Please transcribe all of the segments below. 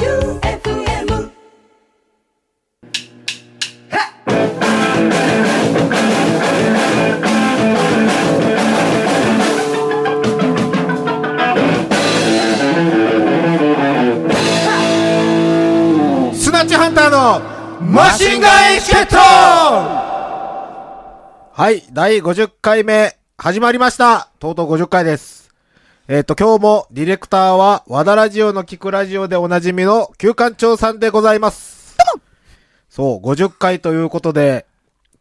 J-O-E-U-F-M スナッチハンターのマシンガンエチケットはい、第50回目、始まりました。とうとう50回です。えっ、と、今日もディレクターは、和田ラジオの聞くラジオでおなじみの、旧館長さんでございます。そう、50回ということで、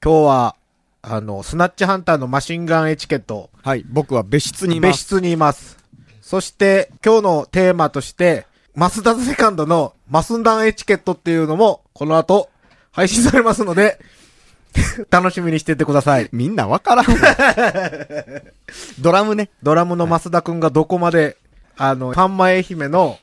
今日は、あの、スナッチハンターのマシンガンエチケット、はい、僕は別室にいま別す。室にいます。そして、今日のテーマとして、マスダズセカンドのマスンダンエチケットっていうのも、この後、配信されますので、 楽しみにしててください。みんなわからんわ。ドラムね。ドラムの増田くんがどこまで、あの、パンマ愛媛の、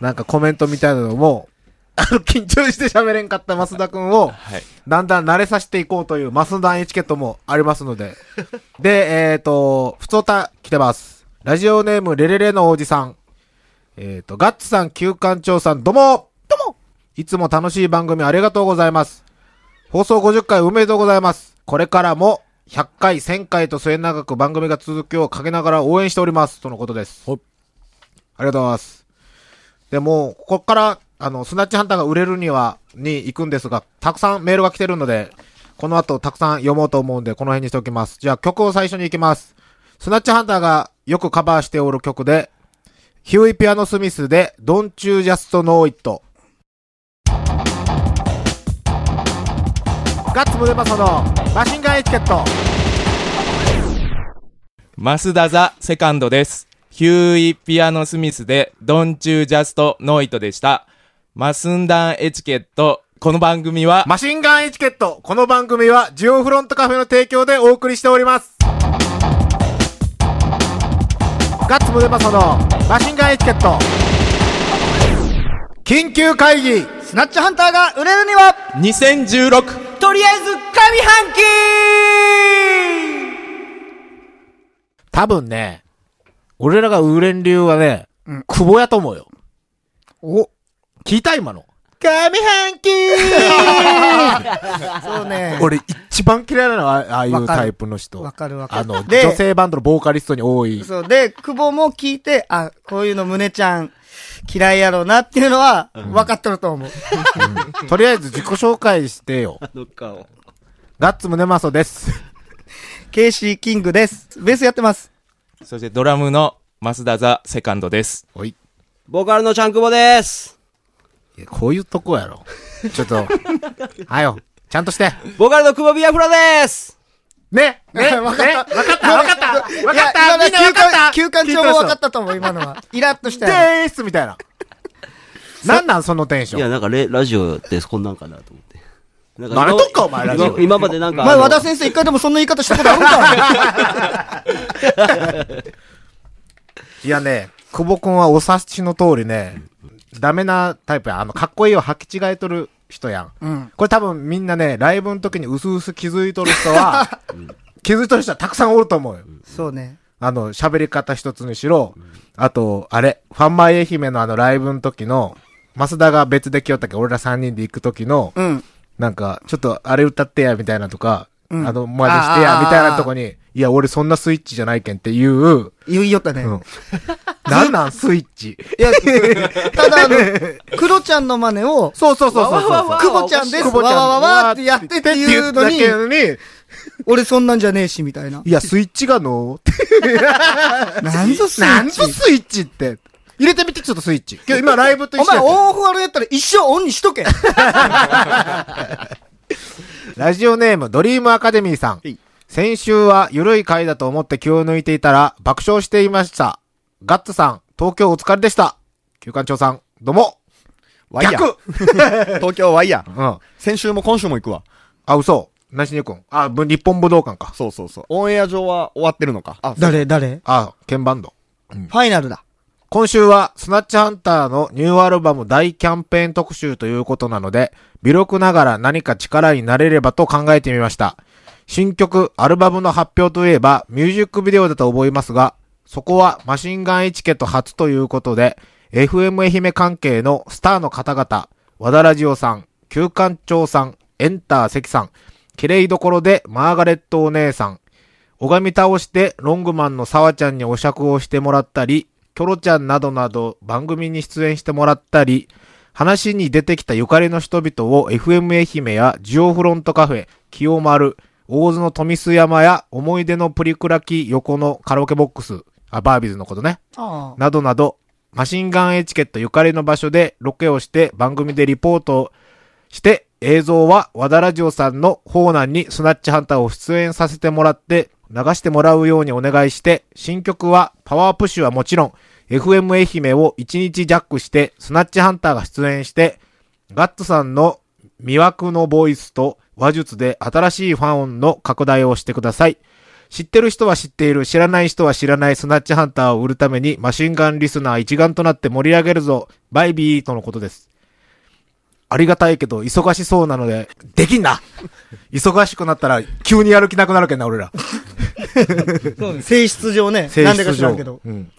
なんかコメントみたいなのも、あの、緊張して喋れんかった増田くんを、はい。だんだん慣れさせていこうというマスダンエチケットもありますので。 で、えっ、ー、と、ふつおた来てます。ラジオネームレレレのおじさん。えっ、ー、と、ガッツさん、旧館長さん、どうもどうもいつも楽しい番組ありがとうございます。放送50回おめでとうございます。これからも100回、1000回と末永く番組が続くようかけながら応援しております。とのことです。ほいありがとうございます。でも、ここから、あの、スナッチハンターが売れるには、に行くんですが、たくさんメールが来てるので、この後たくさん読もうと思うんで、この辺にしておきます。じゃあ曲を最初に行きます。スナッチハンターがよくカバーしておる曲で、ヒューイ・ピアノ・スミスで、Don't You Just Know It。ガッツムデパソのマシンガンエチケット。マスダザセカンドです。ヒューイ・ピアノ・スミスで、ドンチュー・ジャスト・ノイトでした。マスンダンエチケット。この番組は、マシンガンエチケット。この番組は、ジオフロントカフェの提供でお送りしております。ガッツムデパソのマシンガンエチケット。緊急会議。スナッチハンターが売れるには2016。とりあえず上半期多分ね、俺らが売れん理由はね、久保やと思うよ。お、聞いた今の。上半期そうね。俺 一番嫌いなのは、あああいうわかるタイプの人。わかるわかるあの、で女性バンドのボーカリストに多い。そう。で、久保も聞いて、あ、こういうの胸ちゃん嫌いやろうなっていうのは分かっとると思う。とりあえず自己紹介して よ。の顔。ガッツムネマソです。ケイシー・キングです。ベースやってます。そしてドラムのマスダザセカンドです。おい。ボーカルのちゃんくぼです。いやこういうとこやろ。ちょっ と、はよ、ちゃんとして。ボーカルのくぼビアフロです。ねね わかったねわかったわかったわかったいや今のみんなわかった休館休館長も分かったと思う、今の は。イラッとしたでよねーすみ たいな。なんなんそのテンシいや、ョン。なんかレ、ラジオです。こんなんかなと思って。なん慣れとっかお前ラジオ今今までなんか。前、あの和田先生一回でもそんな言い方したことある んかいやね、久保くんはお察しの通りね、ダメなタイプやん。あの、かっこいいを履き違えとる人やん。うん。これ多分みんなね、ライブの時に薄々気づいとる人 は、気づいとる人はたくさんおると思うよ。そうね。あの、喋り方一つにしろ、あと、あれ、ファンマイ愛媛のあのライブの時の、増田が別で来よったけど、俺ら三人で行く時の、うん。なんか、ちょっとあれ歌ってや、みたいなとか、んあの、マネしてやあ、ーみたいなとこに、いや、俺そんなスイッチじゃないけんっていう、 うん。言いよったね。なんなん、スイッチ。いや、ただあの、クロちゃんの真似を、そうそうそうそうそう。わわわわクボちゃんです、久わ保ちゃんわわわってやってっていうのに、言ったけどに俺そんなんじゃねえし、みたいな。いや、スイッチがのってなんぞスイなんッでチ。スイッチって。入れてみて、ちょっとスイッチ。今日今ライブと一お緒前、やオけどンオフあるやったら一生オンにしとけ。ラジオネーム、ドリームアカデミーさんい。先週は緩い回だと思って気を抜いていたら爆笑していました。ガッツさん、東京お疲れでした。休館長さん、どうも。ワイヤー逆 東京ワイヤー。うん。先週も今週も行くわ。あ、嘘。何しに行くんあ、ぶ日本武道館か。そうそうそう。オンエア上は終わってるのか。誰誰あ、鍵盤ド。ファイナルだ。今週は、スナッチハンターのニューアルバム大キャンペーン特集ということなので、微力ながら何か力になれればと考えてみました。新曲、アルバムの発表といえば、ミュージックビデオだと思いますが、そこはマシンガンエチケット初ということで、 FM 愛媛関係のスターの方々、和田ラジオさん、旧館長さん、エンター関さん、綺麗どころでマーガレットお姉さん、拝み倒してロングマンの沢ちゃんにお酌をしてもらったり、キョロちゃんなどなど番組に出演してもらったり、話に出てきたゆかりの人々を FM 愛媛やジオフロントカフェ、清丸、大津の富須山や思い出のプリクラ機横のカラオケボックス、あ、バービーズのことね、ああ。などなど、マシンガンエチケットゆかりの場所でロケをして番組でリポートをして、映像は和田ラジオさんの方南にスナッチハンターを出演させてもらって、流してもらうようにお願いして、新曲はパワープッシュはもちろん、FM 愛媛を1日ジャックして、スナッチハンターが出演して、ガッツさんの魅惑のボイスと話術で新しいファンの拡大をしてください。知ってる人は知っている、知らない人は知らないスナッチハンターを売るためにマシンガンリスナー一丸となって盛り上げるぞ、バイビーとのことです。ありがたいけど、忙しそうなので、できんな忙しくなったら、急にやる気なくなるけんな、俺ら。そうね性質上ね。性 なんで質か知ら上。んけど。うん。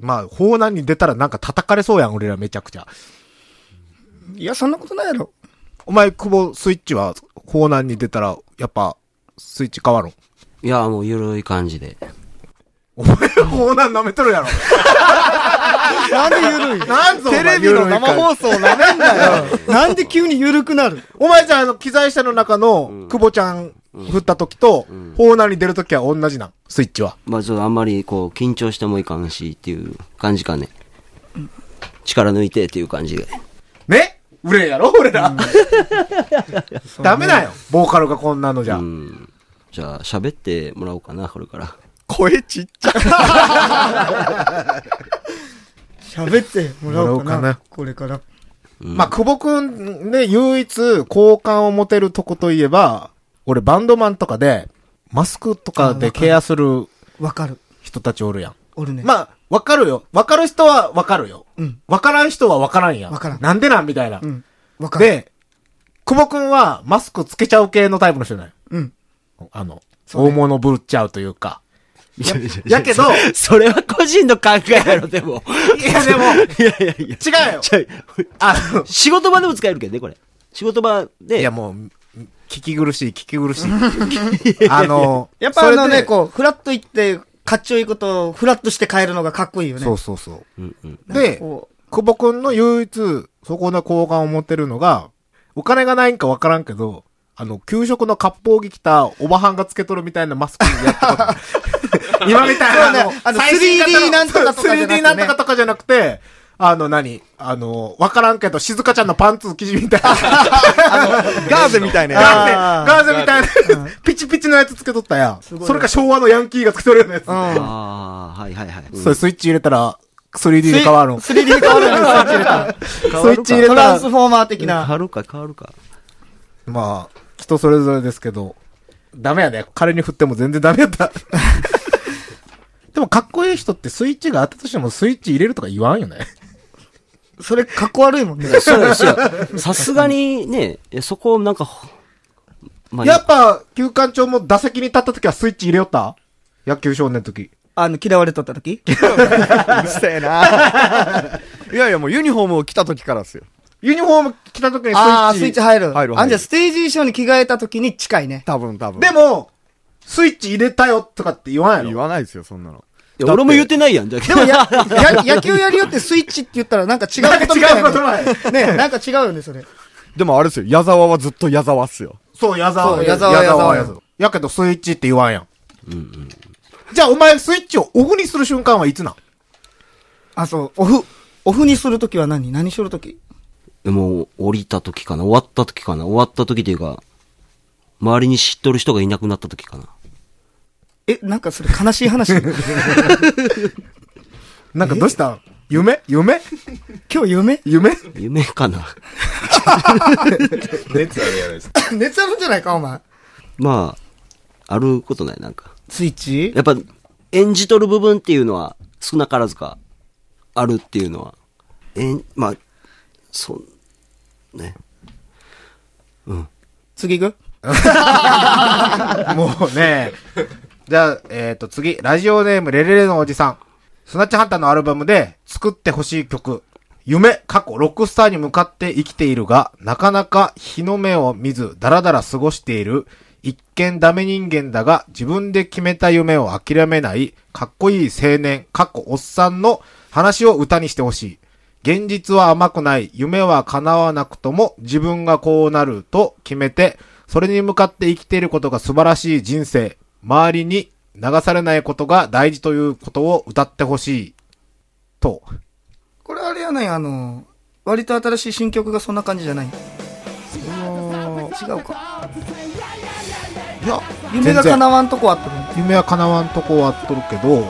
まあ、法難に出たらなんか叩かれそうやん、俺らめちゃくちゃ。いや、そんなことないやろ。お前、久保スイッチは、法難に出たら、やっぱ、スイッチ変わるん。いや、もうゆるい感じで。お前、 法難舐めとるやろ。なんで緩いなんぞおテ前レビの緩い生から放送なめんなよ。なんで急に緩くなるお前じゃあ、あの、機材車の中の、久保ちゃん、振った時と、ホーナーに出る時は同じなん、スイッチは。まあちょっとあんまりこう、緊張してもいかんしっていう感じかね。力抜いてっていう感じで。ね憂れやろ俺ら。 ダメだよ。ボーカルがこんなのじゃう。ん。じゃあ、喋ってもらおうかな、これから。 声ちっちゃ。喋ってもらおもらおうかうなかな。これから。まあ、久保くんで唯一好感を持てるとこといえば、俺バンドマンとかで、マスクとかでケアするわかる。人たちおるやん。おるね。まあ、わかるよ。わかる人はわかるよ。うん。わからん人はわからんやん。わからんなんでなんみたいなう。ん。わかる。、で、久保くんはマスクつけちゃう系のタイプの人なんようん。あの、そうね大物ぶっちゃうというか。やけど、それは個人の考えやろ、でも。いやでも、いやいやいや。違う よ。ちゃいあの、仕事場でも使えるけどね、これ。仕事場で。いやもう、聞き苦しい、聞き苦し い。あの、やっぱあのそれね、でこう、フラッと行って、かっちょいいことをフラッとして変えるのがかっこいいよね。そうそうそう。うんうん。で、こ久保くんの唯一、そこの好感を持てるのが、お金がないんかわからんけど、あの、給食の割烹着着たおばはんがつけとるみたいなマスクやった こと。今みたいな、そうねあの最新型の 3D なんとかとかじゃなくてね 3D なんとかとかじゃなくて、あの、何あの、わからんけど、静香ちゃんのパンツ生地みたいな。ガーゼみたいなガやーゼ、あーガーゼみたいなやつ、ピチピチのやつつけとったやん。それか昭和のヤンキーがつけとるようなやつ。う。うん。ああ、はいはいはい。それスイッチ入れたら、3D で変わるん。ス 3D で変わるよね、スイッチ入れたらイッチ入れトたランらス、フォーマー的変わな。るか変わるか。まあ、人それぞれですけど、ダメやね。彼に振っても全然ダメやった。 でもかっこいい人ってスイッチがあったとしてもスイッチ入れるとか言わんよね。それ、かっこ悪いもんね。そうですよ。さすがにね、えそこをなんか、ほ まやっぱ、休館長も打席に立った時はスイッチ入れよった野球少年の時。あの、嫌われとった時つ。うるせえな。いやいや、もうユニフォームを着た時からですよ。ユニフォーム着た時にスイッチ。ああ、スイッチ入る。入る入るあ、じゃあステージ衣装に着替えた時に近いね。多分多分。でも、スイッチ入れたよとかって言わんやろ言わないですよ、そんなの。いや俺も言ってないやん、じゃであ。もや、や、 野球やるよってスイッチって言ったらなんか違うことみたいな。なんか違う言葉ね、なんか違うよね、それ。でもあれですよ、矢沢はずっと矢沢っすよ。そう、矢沢。そう矢沢矢沢矢沢。やけど、スイッチって言わんやん。じゃあ、お前、スイッチをオフにする瞬間はいつなんあ、そう、オフ。オフにするときは何何しるときでもう、降りた時かな、終わった時かな、終わった時というか、周りに知っとる人がいなくなった時かな。え、なんかそれ悲しい 話。なんか、どうしたん夢夢今日夢夢夢かな。熱あるやないですか。 熱あるんじゃないか、お前。まあ、あることない、なんか。スイッチやっぱ、演じとる部分っていうのは、少なからずか、あるっていうのは、えん、まあ、そん、ね。次行く もうね。じゃあ、えっ、と、次、ラジオネーム、レレレのおじさん。スナッチハンターのアルバムで作ってほしい曲、夢、過去、ロックスターに向かって生きているが、なかなか日の目を見ず、だらだら過ごしている、一見ダメ人間だが、自分で決めた夢を諦めない、かっこいい青年、かっこおっさんの話を歌にしてほしい。現実は甘くない、夢は叶わなくとも自分がこうなると決めて、それに向かって生きていることが素晴らしい人生、周りに流されないことが大事ということを歌ってほしい。と。これあれやない、あの、割と新しい新曲がそんな感じじゃない。違うか。いや、夢が叶わんとこあってる。夢は叶わんとこはあっとるけど、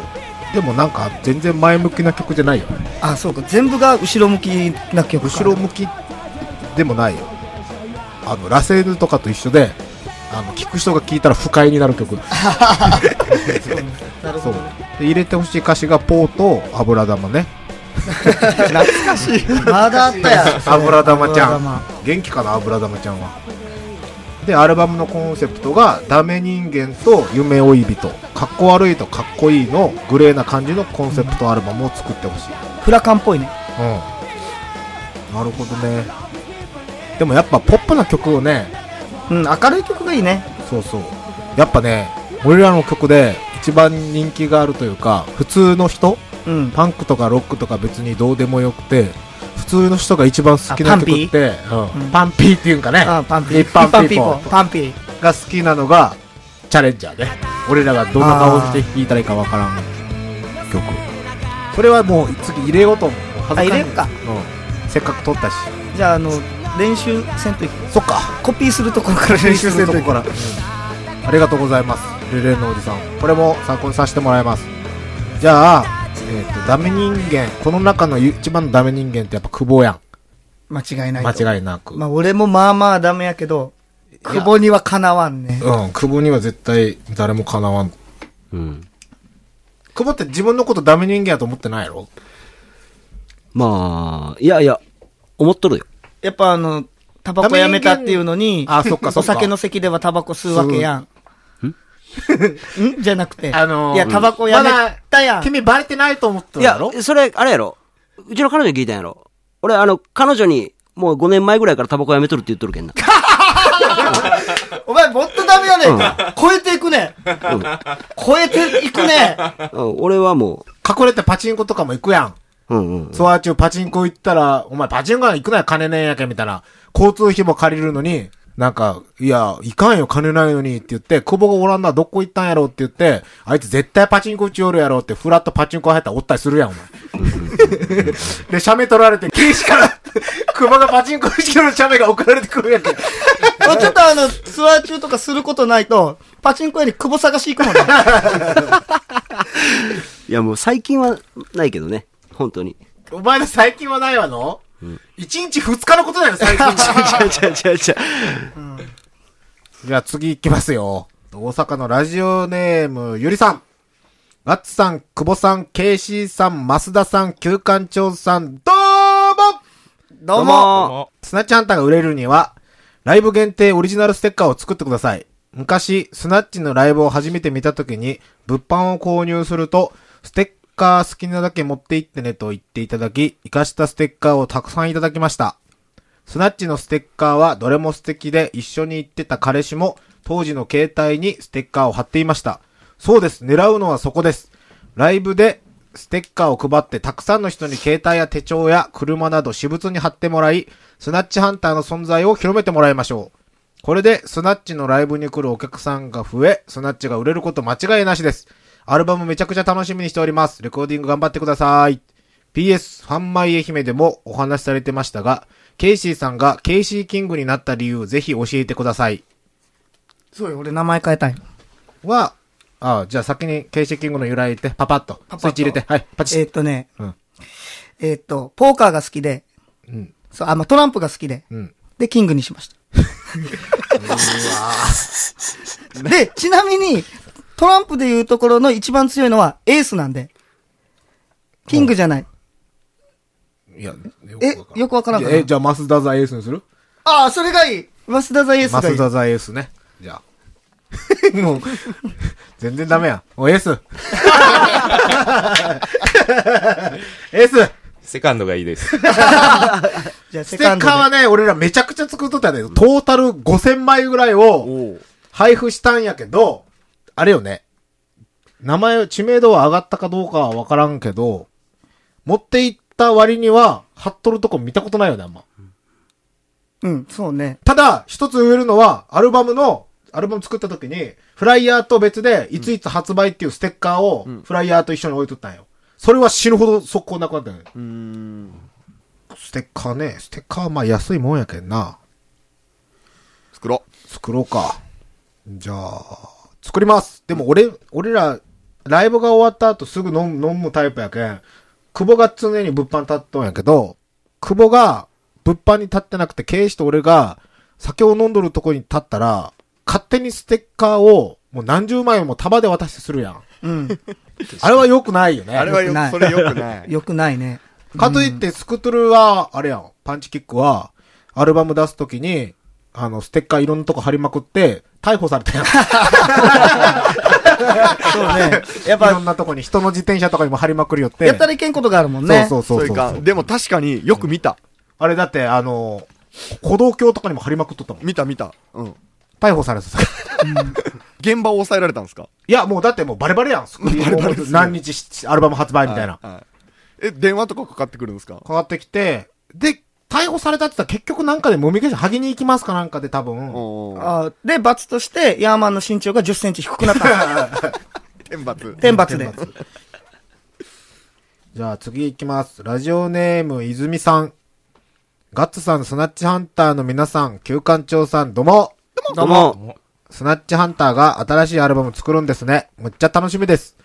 でもなんか全然前向きな曲じゃないよね。あ、そうか。全部が後ろ向きな曲か。後ろ向きでもないよ。あの、ラセーヌとかと一緒で、あの、聞く人が聞いたら不快になる曲。なるそほうど。。で入れてほしい歌詞がポーと油玉ね。まだあったや。 油玉ちゃ油玉ん。元気かな、油玉ちゃんは。で、アルバムのコンセプトが、ダメ人間と夢追い人、かっこ悪いとかっこいいのグレーな感じのコンセプトアルバムを作ってほしい。フラカンっぽいね。うん。なるほどね。でもやっぱポップな曲をね、うん、明るい曲がいいね。そうそう。やっぱね、俺らの曲で一番人気があるというか、普通の人うん。パンクとかロックとか別にどうでもよくて、普通の人が一番好きなあパンピ曲ーって、うんパンピーっていうんかね、あ、パンピー。一般ピーポー一般パンピー。が好きなのがチャレンジャーね。俺らがどんな顔して弾いたらいいかわからん曲。それはもう次入れようと思う。恥ずかしいあ入れよっかうん。せっかく撮ったし。じゃあ、あの、練習せんといけそっか。コピーするところから練習するとこから。うんありがとうございます。レレンのおじさん。これも参考にさせてもらいます。じゃあ、えっ、と、ダメ人間。この中の一番のダメ人間ってやっぱ久保やん。間違いないと。間違いなく。まあ、俺もまあまあダメやけど、久保にはかなわんね。うん、久保には絶対誰もかなわん。うん。久保って自分のことダメ人間やと思ってないやろまあ、いやいや、思っとるよ。やっぱあの、タバコやめたっていうのに、ダメ人間あそっかそっかお酒の席ではタバコ吸うわけやん。 んじゃなくて。あのーいや、タバコやめたやん。君バレてないと思っていや、それ、あれやろ。うちの彼女に聞いたんやろ。俺、あの、彼女に、もう5年前ぐらいからタバコやめとるって言っとる けんな。お前、もっとダメやね、超えていくね。うん超えていくね。うん、俺はも隠れてパチンコとかも行くやん。う、うんうん。ツアー中パチンコ行ったら、お前パチンコなんか行くなよ、金ねえやけ、みたいな。交通費も借りるのに、なんか、いや、行かんよ、金ないのにって言って、久保がおらんな、どこ行ったんやろって言って、あいつ絶対パチンコ打ちおるやろって、フラッとパチンコ入ったらおったりするやん、お前。 で、写メ取られて、警視から、久保がパチンコ打ちおる写メが送られてくるやんけ。も うちょっとあの、ツアー中とかすることないと、パチンコ屋に久保探し行くもんね。いや、もう最近はないけどね。本 当に。お前の最近はないわの、一 ?1 日2日のことだよ、最近は。違う違う違う違う。じゃあ次行きますよ。大阪のラジオネーム、ゆりさん。ガッツさん、久保さん、ケイシーさん、増田さん、旧館長さん、どうもどうども。うもスナッチハンターが売れるには、ライブ限定オリジナルステッカーを作ってください。昔、スナッチのライブを初めて見た時に、物販を購入すると、ステッカー好きなだけ持って行ってねと言っていただき、活かしたステッカーをたくさんいただきました。スナッチのステッカーはどれも素敵で一緒に行ってた彼氏も当時の携帯にステッカーを貼っていました。そうです。狙うのはそこです。ライブでステッカーを配ってたくさんの人に携帯や手帳や車など私物に貼ってもらい、スナッチハンターの存在を広めてもらいましょう。これでスナッチのライブに来るお客さんが増え、スナッチが売れること間違いなしです。アルバムめちゃくちゃ楽しみにしております。レコーディング頑張ってください。PS、ファンマイ愛媛でもお話しされてましたが、ケイシーさんがケイシーキングになった理由ぜひ教えてください。 そうよ、俺名前変えたい。は、あじゃあ先にケイシーキングの由来言って、パパッと。パッとスイッチ入れて、はい、パチえッ。ーっとね、うんえーっと、ポーカーが好きで、うん。そう、あ、まあ、トランプが好きで、うん。で、キングにしました。 で、ちなみに、トランプでいうところの一番強いのはエースなんで、キングじゃない。いや、えよくわからんかなえ、じゃあマスダザエースにするああ、それがいい増田ザエースマがいスい。ダザエースね。じゃあ。 もう、全然ダメや。おい、 エース。エース。セカンドがいい です。じゃあセステカンッドカーはね、俺らめちゃくちゃ作っとったんだけど、トータル5000枚ぐらいを配布したんやけど、あれよね。名前、知名度は上がったかどうかはわからんけど、持っていった割には、貼っとるとこ見たことないよね、あんま。で。うん、そうね。ただ、一つ言えるのは、アルバムの、アルバム作った時に、フライヤーと別で、いついつ発売っていうステッカーを、フライヤーと一緒に置いとったんよ。それは死ぬほど速攻なくなったよね。ステッカーね、ステッカーはまあ安いもんやけんな。作ろ作ろうか。じゃあ、作ります。でも俺、俺ら、ライブが終わった後すぐ飲む飲むタイプやけん、久保が常に物販立っとんやけど、久保が物販に立ってなくて、警視と俺が酒を飲んどるとこに立ったら、勝手にステッカーをもう何十枚も束で渡してするやん。うん。あれは良くないよね。う。あれはよよくなく、いそれよくない。よくないね。かといって、スクトゥルは、あれやん、パンチキックは、アルバム出すときに、あの、ステッカーいろんなとこ貼りまくって、逮捕されたや ん。そうね。やっぱ、いろんなとこに人の自転車とかにも貼りまくりよって。やったらいけんことがあるもんね。そうそそうういそううかそ。う。でも確かによく見た。あれだって、あの、歩道橋とかにも貼りまくっとったもん。見た見た。うん。逮捕されてた。い現場を抑えられたんですかや、もうだってもう バレバレやん。バレですね何日し、アルバム発売みたいな。ははい。え、電話とかかかってくるんですか変わってきて、で、逮捕されたって言ったら結局なんかでもみ消し、剥ぎに行きますかなんかで多分。おー。あで、罰として、ヤーマンの身長が10センチ低くな った。天罰。天罰で。 じゃあ次行きます。ラジオネーム、泉さん。ガッツさん、スナッチハンターの皆さん、旧館長さん、どうも。どうも。スナッチハンターが新しいアルバム作るんですね。むっちゃ楽しみです。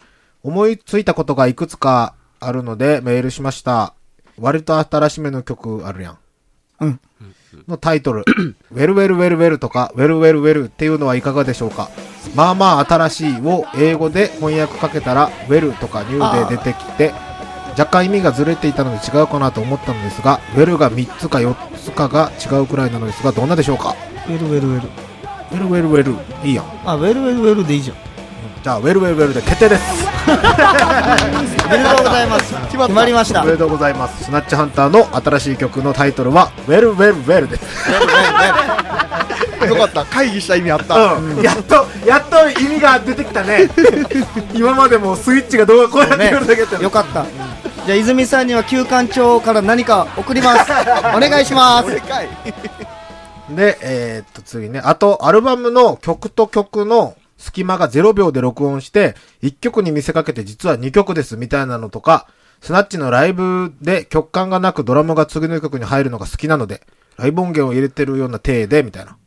思いついたことがいくつかあるのでメールしました。割と新しめの曲あるやん。うん。のタイトル。 ウェルウェルウェルウェルとか、ウェルウェルウェルっていうのはいかがでしょうかまあまあ新しいを英語で翻訳かけたら、ウェルとかニューで出てきて、若干意味がずれていたので違うかなと思ったのですが、ウェルが3つか4つかが違うくらいなのですが、どんなでしょうかウェルウェルウェル。ウェルウェルウェル。いいやん。あ、ウェルウェルウェルでいいじゃん。じゃあ、ウェルウェルウェルで決定です。おめでとうございます。 決まりました。おウめェでとルうございます。スナッチハンターの新しい曲のタイトルは、ウェルウェルウェルです。よかった。会議した意味あった。うん。やっと、やっと意味が出てきた ね。今までもうスイッチがどうこうやってくるだけだね、よかった。じゃあ、泉さんには休館長から何か送り ます。お願いします。でかい。で、えーっと、次ね。あと、アルバムの曲と曲の隙間が0秒で録音して、1曲に見せかけて実は2曲ですみたいなのとか、スナッチのライブで曲感がなくドラムが次の曲に入るのが好きなので、ライブ音源を入れてるような体で、みたいな。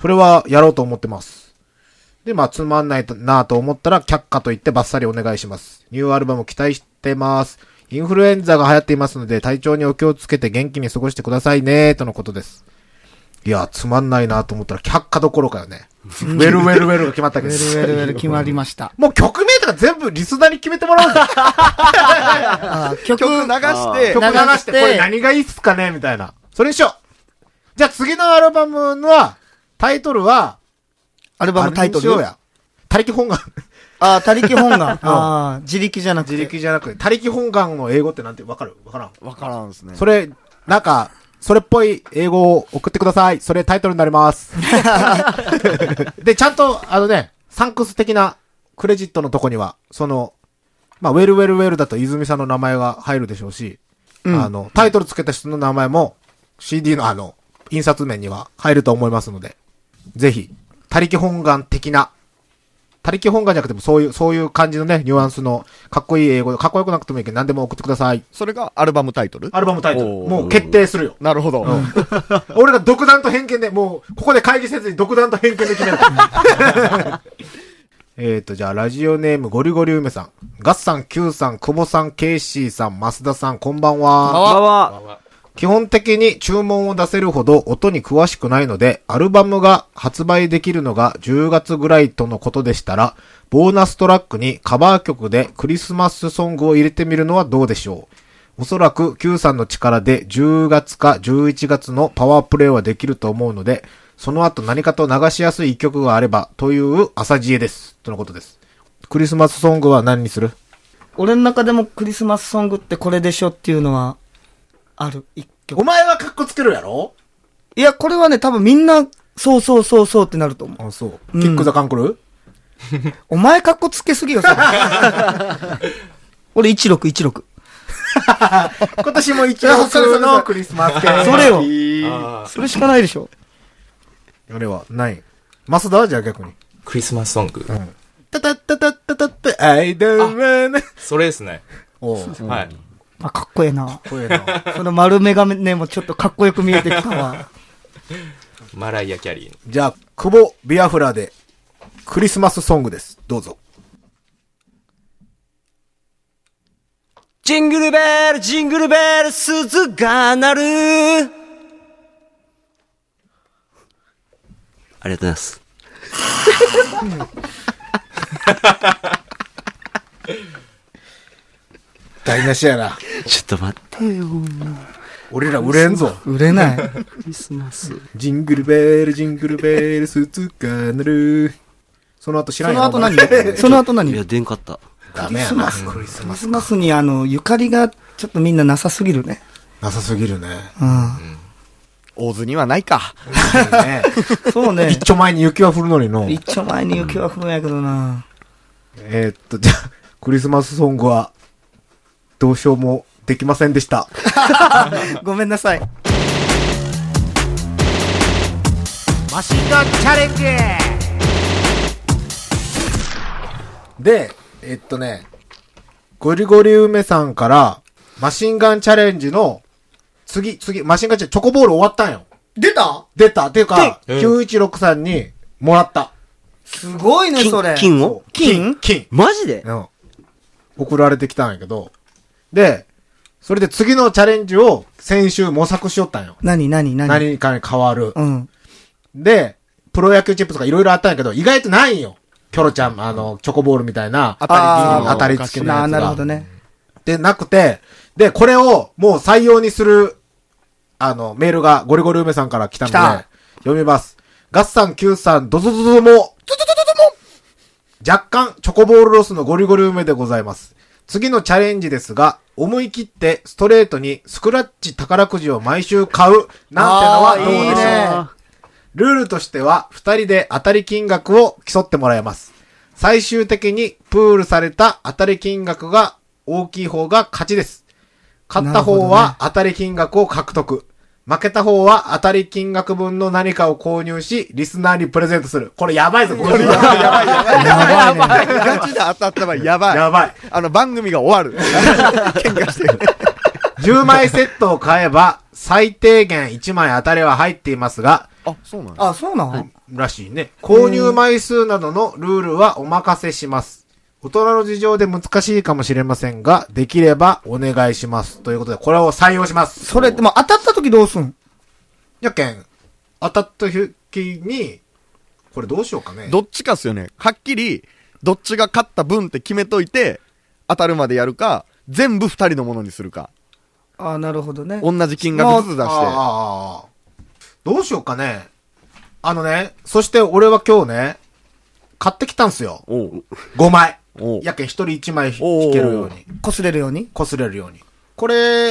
それはやろうと思ってます。で、まあ、つまんないなぁと思ったら、却下と言ってバッサリお願いします。ニューアルバム期待してます。インフルエンザが流行っていますので、体調にお気をつけて元気に過ごしてくださいね、とのことです。いや、つまんないなと思ったら、却下どころかよね。ウェルウェルウェルが決まったウけェど。ルウェルウェル決まりました。もう曲名とか全部リスナーに決めてもらうんだ。あ曲、曲流して、曲流して、流してこれ何がいいっすかねみたいな。それにしよう。じゃあ次のアルバムのは、タイトルは、アルバムタイトあれにしようル。や。他力本願。あー、他力本願。 あー、自力じゃなくて。自力じゃなくて、他力本願の英語ってなんてわかるわからん。わからんですね。それ、なんか、それっぽい英語を送ってください。それタイトルになります。で、ちゃんと、あのね、サンクス的なクレジットのとこには、その、まあ、ウェルウェルウェルだと泉さんの名前が入るでしょうし、あの、タイトルつけた人の名前も CD のあの、印刷面には入ると思いますので、ぜひ、他力本願的な、他力本願じゃなくてもそういう、そういう感じのね、ニュアンスの、かっこいい英語で、かっこよくなくてもいいけど、何でも送ってください。それがアルバムタイトルアルバムタイトル。おーもう決定す るよ。なるほど。俺が独断と偏見で、もう、ここで会議せずに独断と偏見で決 める。えっと、じゃあ、ラジオネーム、ゴリゴリ梅さん。ガッサン、キューさん、久保さん、ケイシーさん、増田さん、こんばんは。こんばんは。基本的に注文を出せるほど音に詳しくないので、アルバムが発売できるのが10月ぐらいとのことでしたら、ボーナストラックにカバー曲でクリスマスソングを入れてみるのはどうでしょうおそらく Q さんの力で10月か11月のパワープレイはできると思うので、その後何かと流しやすい一曲があれば、という朝知恵です。とのことです。クリスマスソングは何にする俺の中でもクリスマスソングってこれでしょっていうのは、ある、一曲。前はカッコつけるやろいや、これはね、多分みんな、そうそうそうそうってなると思う。あ、そう。うんキックザカンクルお前かっこつけすぎよ、それ 俺1616。 今年も一応応それそれそれのクリスマス系。 それよよ。それしかないでしょ。あれは、ない。マスダはじゃあ逆に。クリスマスソング。たたたたたたた、I don't wanna. それですね。おうはい。あ、かっこええな。こういうの。その丸眼鏡ねもちょっとかっこよく見えてきたわ。マライア・キャリーの。じゃあ、久保ビアフラで、クリスマスソングです。どうぞ。ジングルベル、ジングルベル、鈴が鳴る。ありがとうございます。台無しやな。ちょっと待ってよ。俺ら売れんぞ。売れない。クリスマス。ジングルベル、ジングルベル、スーツがなる。その後知らそんのよ後何 その後何いや、ク出んかった。 ダメやな。クリスマリス。スマスにあの、ゆかりがちょっとみんななさすぎるね。なさすぎるね。うん。大津にはないか。ねそうね一。丁前に雪は降るのにの。 一丁前に雪は降るんやけど な。えーっと、じゃあ、クリスマスソングは、どうしようもできませんでした。ごめんなさい。マシンガンチャレンジで、えっとね、ゴリゴリ梅さんから、マシンガンチャレンジの、次、次、マシンガンチャレンジ、チョコボール終わったんよ。出た出たっていうか、うん916さんに、もらった。すごいね、それ。金を金金マジでうん。送られてきたんやけど、で、それで次のチャレンジを先週模索しよったんよ。何何何何かに変わる。うん。で、プロ野球チップとかいろいろあったんやけど、意外とないんよ。キョロちゃん、あの、チョコボールみたいな。当たりあー当たり付けのやつなが。なるほどね。で、なくて、で、これをもう採用にする、あの、メールがゴリゴリ梅さんから来たので、来た読みます。ガッサン9さん、ドドドドドも、ドドドドドも若干、チョコボールロスのゴリゴリ梅でございます。次のチャレンジですが、思い切ってストレートにスクラッチ宝くじを毎週買う、なんてのはどうでしょうあーいいねルールとしては、二人で当たり金額を競ってもらいます。最終的にプールされた当たり金額が大きい方が勝ちです。勝った方は当たり金額を獲得。負けた方は当たり金額分の何かを購入し、リスナーにプレゼントする。これやばいぞ、これ。やばい、やばい。やばいね。ガチで当たった場合、やばい。やばい。あの、番組が終わる。喧嘩してる。 10枚セットを買えば、最低限1枚当たりは入っていますが、あ、そうなんあ、そうなのらしいね。購入枚数などのルールはお任せします。大人の事情で難しいかもしれませんが、できればお願いします。ということで、これを採用します。それって、まあ、当たった時どうすんやけん、当たった時に、これどうしようかね。どっちかっすよね。はっきり、どっちが勝った分って決めといて、当たるまでやるか、全部二人のものにするか。あなるほどね。同じ金額ずつ出して。ああ。どうしようかね。あのね、そして俺は今日ね、買ってきたんすよ。おう。 5枚。おうやけん一人1枚引けるようおに。擦れるように。擦れるように。これ、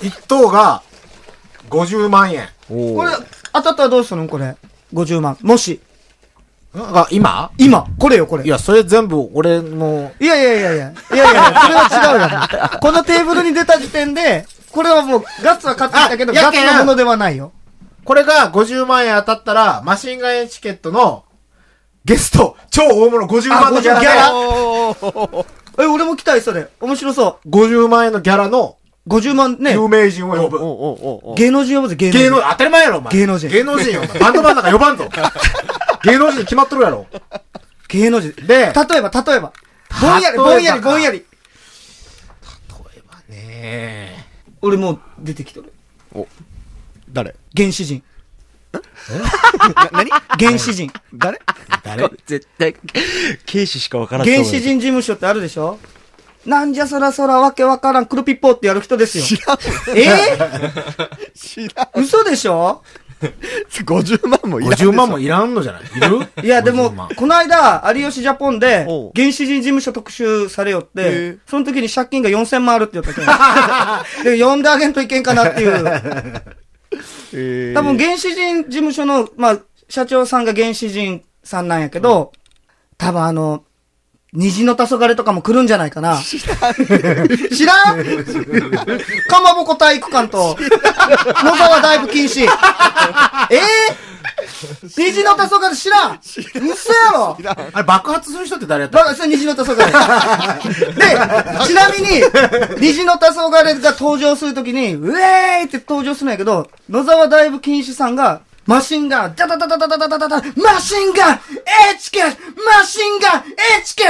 1等が50万円。おうこれ、当たったらどうするのこれ。50万。もし、あ、今今、これよ、これ。いや、それ全部俺の、いやいやいやいや。いやいやいや、それは違う よ。このテーブルに出た時点で、これはもう、ガッツは買ってきたけど、あやガッけんツのものではないよ。これが50万円当たったら、マシンガンエチケットの、ゲスト、超大物50万のギャラあ50ギャラがえ、俺も来たい、それ。面白そ50万円のギャラのう。50万ね。有名人を呼ぶ。おうおうおうおう芸能人呼ぶぜ、芸能人。芸能、当たり前やろ、お前。芸能人芸能人よ、お前バンドマンなんか呼ばん ぞ。芸能人に決まっとるやろ。芸能人。で例えば、例えば。ぼん例やり、えばぼんやり、ぼんやり。ねえ。俺もう出てきとる。誰原始人。な、何原始人。誰 これ絶対、ケイシしかわからんと思原う始人事務所ってあるでしょなんじゃそらそらわけわからん、黒ピッポーってやる人ですよ。知らん。えー知らん。嘘でしょ50万もいらんでしょ50万もいらんのじゃないいるいや、でも50万、この間、有吉ジャポンでおう、原始人事務所特集されよっへてえ、その時に借金が4000万あるって言ったけんで、呼んであげんといけんかなっていう。えー多分、原始人事務所の、まあ、社長さんが原始人さんなんやけど、多分あの、虹の黄昏とかも来るんじゃないかな。知らんかまぼこ体育館と、野沢ダイブ禁止。えぇ、虹の黄昏知らん嘘やろいらんあれ爆発する人って誰やったバカ、それ虹の黄昏。で、ちなみに、虹の黄昏が登場するときに、ウェーイって登場するんやけど、野沢ダイブ禁止さんが、マシンガン、ダダダダダダダダダダ、マシンガン、HK! マシンガン、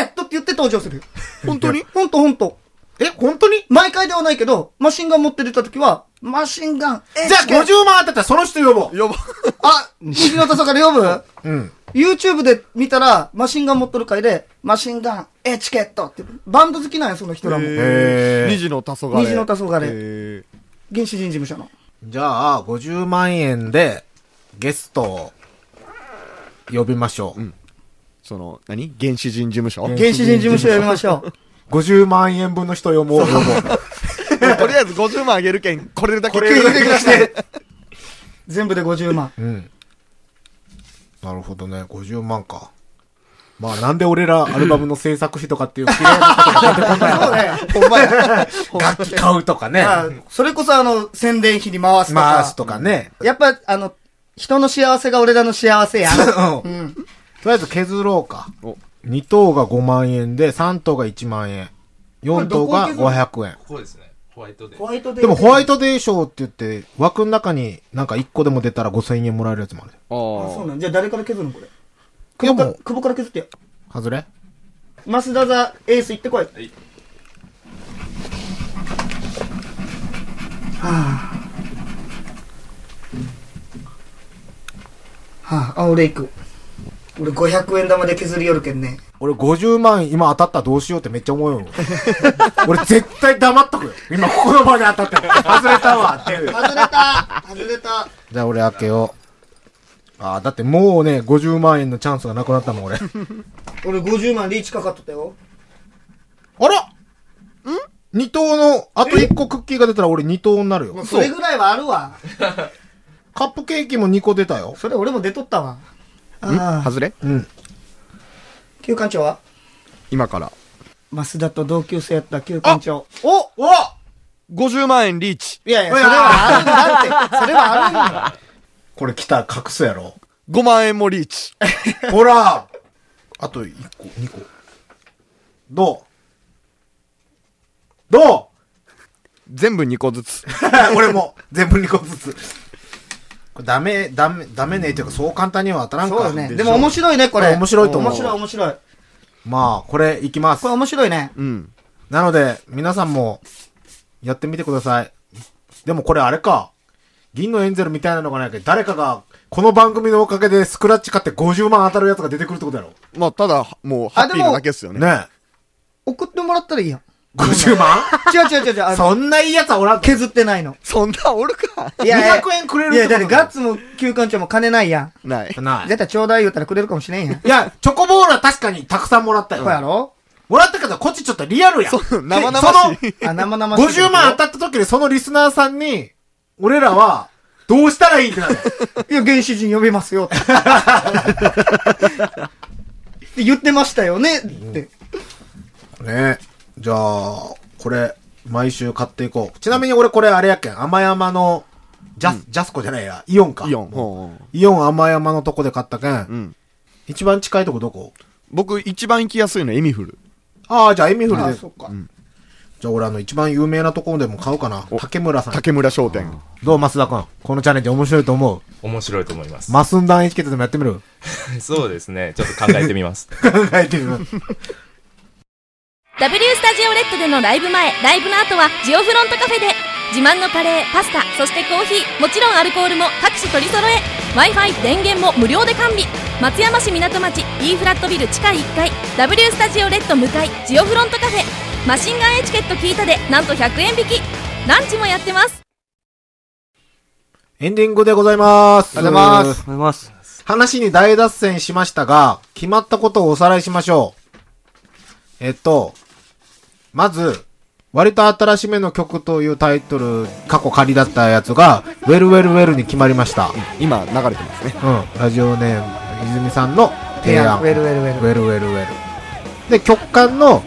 HK! とって言って登場する。本当にほんとほんと。え、本当に毎回ではないけど、マシンガン持って出たときは、マシンガン、HK! じゃあ50万当たったらその人呼ぼう。やば。あ、虹の黄昏呼ぶうん。 YouTube で見たら、マシンガン持っとる回で、マシンガン、エチケットって、バンド好きなんや、その人らも。へー二時の黄昏。二時の黄昏へー原始人事務所の。じゃあ、50万円でゲストを呼びましょう。その、何原始人事務所原原始人事務所呼びましょう。 50万円分の人呼ぼう。呼ぼうもうとりあえず50万あげるけん、これだけれだけして。全部で50万。うん。なるほどね。50万か。まあなんで俺らアルバムの制作費とかっていう嫌いなことが出てこない のほんまや。楽器買うとかね。まあ、それこそあの、宣伝費に回すとか。回すとかね。やっぱ、あの、人の幸せが俺らの幸せや。ううんん。とりあえず削ろうかお。 2等が5万円で、3等が1万円。4等が500円。ここですね。ホワイトで。ホワイトデーでもホワイトデー賞って言って、枠の中になんか1個でも出たら5000円もらえるやつもある。あそうあなんじゃあ誰から削るのこいれ。やも久保からう、久保から削ってよ。外れ増田座エース行ってこい。はいあ。はあ、あ、俺行く。俺500円玉で削りよるけんね。俺50万今当たったらどうしようってめっちゃ思 うよ。俺絶対黙っとくよ。今ここの場で当たってる。外れたわっていう。外れた外れたじゃあ俺開けよう。ああ、だってもうね、50万円のチャンスがなくなったもん俺。俺50万リーチかかっとったよ。あらん ?2 等の、あと1個クッキーが出たら俺2等になるもよう。それぐらいはあるわ。カップケーキも2個出たよ。それ俺も出とったわ。あ。ああ、外れうん。旧館長は今から。増田と同級生やった旧館長。おお !50 万円リーチ。いやいや、それはあるんだって。それはあるんだ。これ来たら隠すやろ。 5万円もリーチ。ほらあと1個、2個。どう ど全部2個ずつ。う俺も、全部2個ずつ。これダメ、ダメ、ダメねというか、そう簡単には当たらんかそうだね。しょでも面白いね、これ。面白いと思う面白い、面白い。まあ、これいきますこれ。面白いね。うん。なので、皆さんも、やってみてください。でもこれあれか。銀のエンゼルみたいなのがないけど、誰かが、この番組のおかげでスクラッチ買って50万当たるやつが出てくるってことやろ。まあ、ただ、もう、ハッピーなだけっすよね。ね送ってもらったらいいやん。え。50万 違う違う違う違うあの。そんないいやつはおらんけ。削ってないの。そんなおるか。いやいや200円くれるっいてや、ことだってガッツも旧館長も金ないや。ない。なんい。絶対ちょうだい言うたらくれるかもしれんやん。いや、チョコボールは確かにたくさんもらったよ。こうやろもらったけど、こっちちょっとリアルやん。そでう、生々しい。あ、生々しい。その、50万当たった時にそのリスナーさんに、俺らは、どうしたらいいんだよ。いや、原始人呼びますよって。って言ってましたよねって。 ねじゃあ、これ、毎週買っていこう。ちなみに俺これあれやけん、甘山の、ジャス、ジャスコじゃないや、イオンか。イオン。。ほうイオン甘山のとこで買ったけん、うん。一番近いとこどこ僕、一番行きやすいのエミフル。ああ、じゃあエミフルあ、で。そっか。じゃあ俺あの、一番有名なとこでも買おうかな。お竹村さん。竹村商店。どう、増田くん。このチャレンジ面白いと思う。面白いと思います。マスンダンエチケットでもやってみるそうですね。ちょっと考えてみ ます。考えてみる。 W スタジオレッドでのライブ前、ライブの後はジオフロントカフェで自慢のカレー、パスタ、そしてコーヒー、もちろんアルコールも各種取り揃え Wi-Fi、電源も無料で完備松山市港町 E フラットビル地下1階 W スタジオレッド向かいジオフロントカフェマシンガンエチケット聞いたでなんと100円引きランチもやってますエンディングでございます。ありがとうございますございます。話に大脱線しましたが、決まったことをおさらいしましょう。えっと、まず、割と新しめの曲というタイトル、過去仮だったやつが、ウェルウェルウェルに決まりました。今流れてますね。うん。ラジオネーム、泉さんの提案。ウェルウェルウェウルェルウェルウェルで、曲間の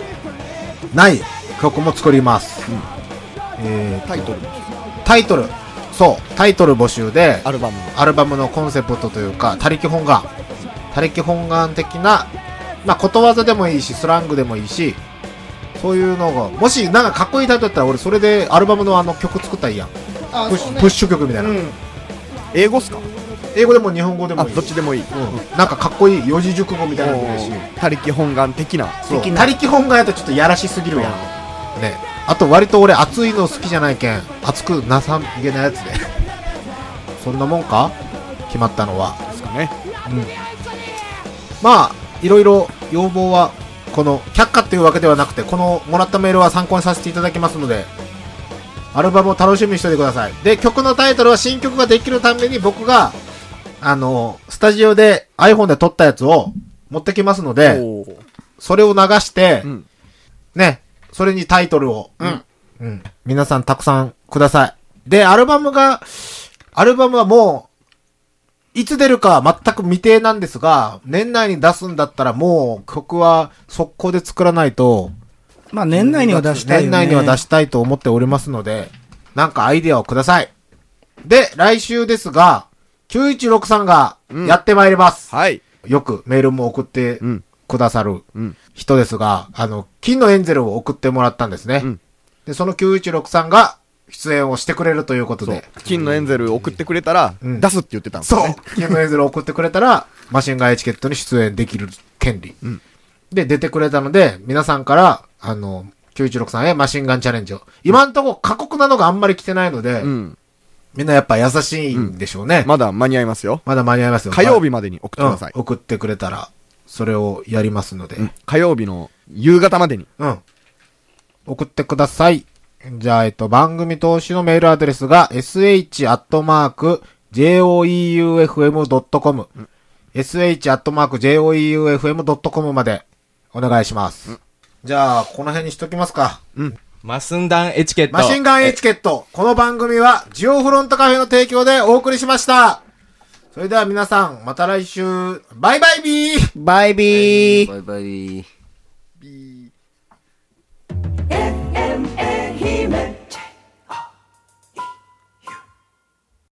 ない曲も作ります。えータイトル、タイトル。そう、タイトル募集で、アルバムの。アルバムのコンセプトというか、他力本願。他力本願的な、まあ、ことわざでもいいし、スラングでもいいし、そういうのが、もしなんかかっこいいタイトルだったら、俺それでアルバムのあの曲作ったらいいやん。あプッシュ,、プッシュ曲みたいな、うん。英語っすか英語でも日本語であ、もいい。どっちでもいい。うんなんかかっこいい四字熟語みたいなのもいいし。他力本願的な。そう的な他力本願やとちょっとやらしすぎるやん。ね。あと割と俺熱いの好きじゃないけん、熱くなさげなやつで。 そんなもんか決まったのは。ですかね。まあ、いろいろ要望は、この、却下っていうわけではなくて、このもらったメールは参考にさせていただきますので、アルバムを楽しみにしておいてください。で、曲のタイトルは新曲ができるために僕が、あの、スタジオで iPhone で撮ったやつを持ってきますので、おーそれを流して、うんね、それにタイトルを、うん。皆さんたくさんください。で、アルバムが、アルバムはもう、いつ出るかは全く未定なんですが、年内に出すんだったらもう曲は速攻で作らないと、まあ年内には出したいよ、ね。年内には出したいと思っておりますので、なんかアイデアをください。で、来週ですが、916さんがやってまいります。はい。よくメールも送ってうんくださるうん人ですが、あの、金のエンゼルを送ってもらったんですね。うんで、その916さんが出演をしてくれるということそうで。。金のエンゼル送ってくれたら、うん出すって言ってたんですそねう。金のエンゼルを送ってくれたら、マシンガンエチケットに出演できる権利。んで、出てくれたので、皆さんから、あの、916さんへマシンガンチャレンジを。今んとこ過酷なのがあんまり来てないので、うん。みんなやっぱ優しいんでしょうね。ままだ間に合いますよ。だ間に合いますよ。火曜日までに送ってくうんださい。送ってくれたら、それをやりますので。火曜日の夕方までに。うん。送ってください。じゃあ、えっと、番組投資のメールアドレスが、sh.joeufm.com、sh.joeufm.com までお願いします。じゃあ、この辺にしときますか。マスンダンエチケット。マシンガンエチケット。この番組は、ジオフロントカフェの提供でお送りしました。それでは皆さん、また来週、バイバイビーバイビー。バイバイ。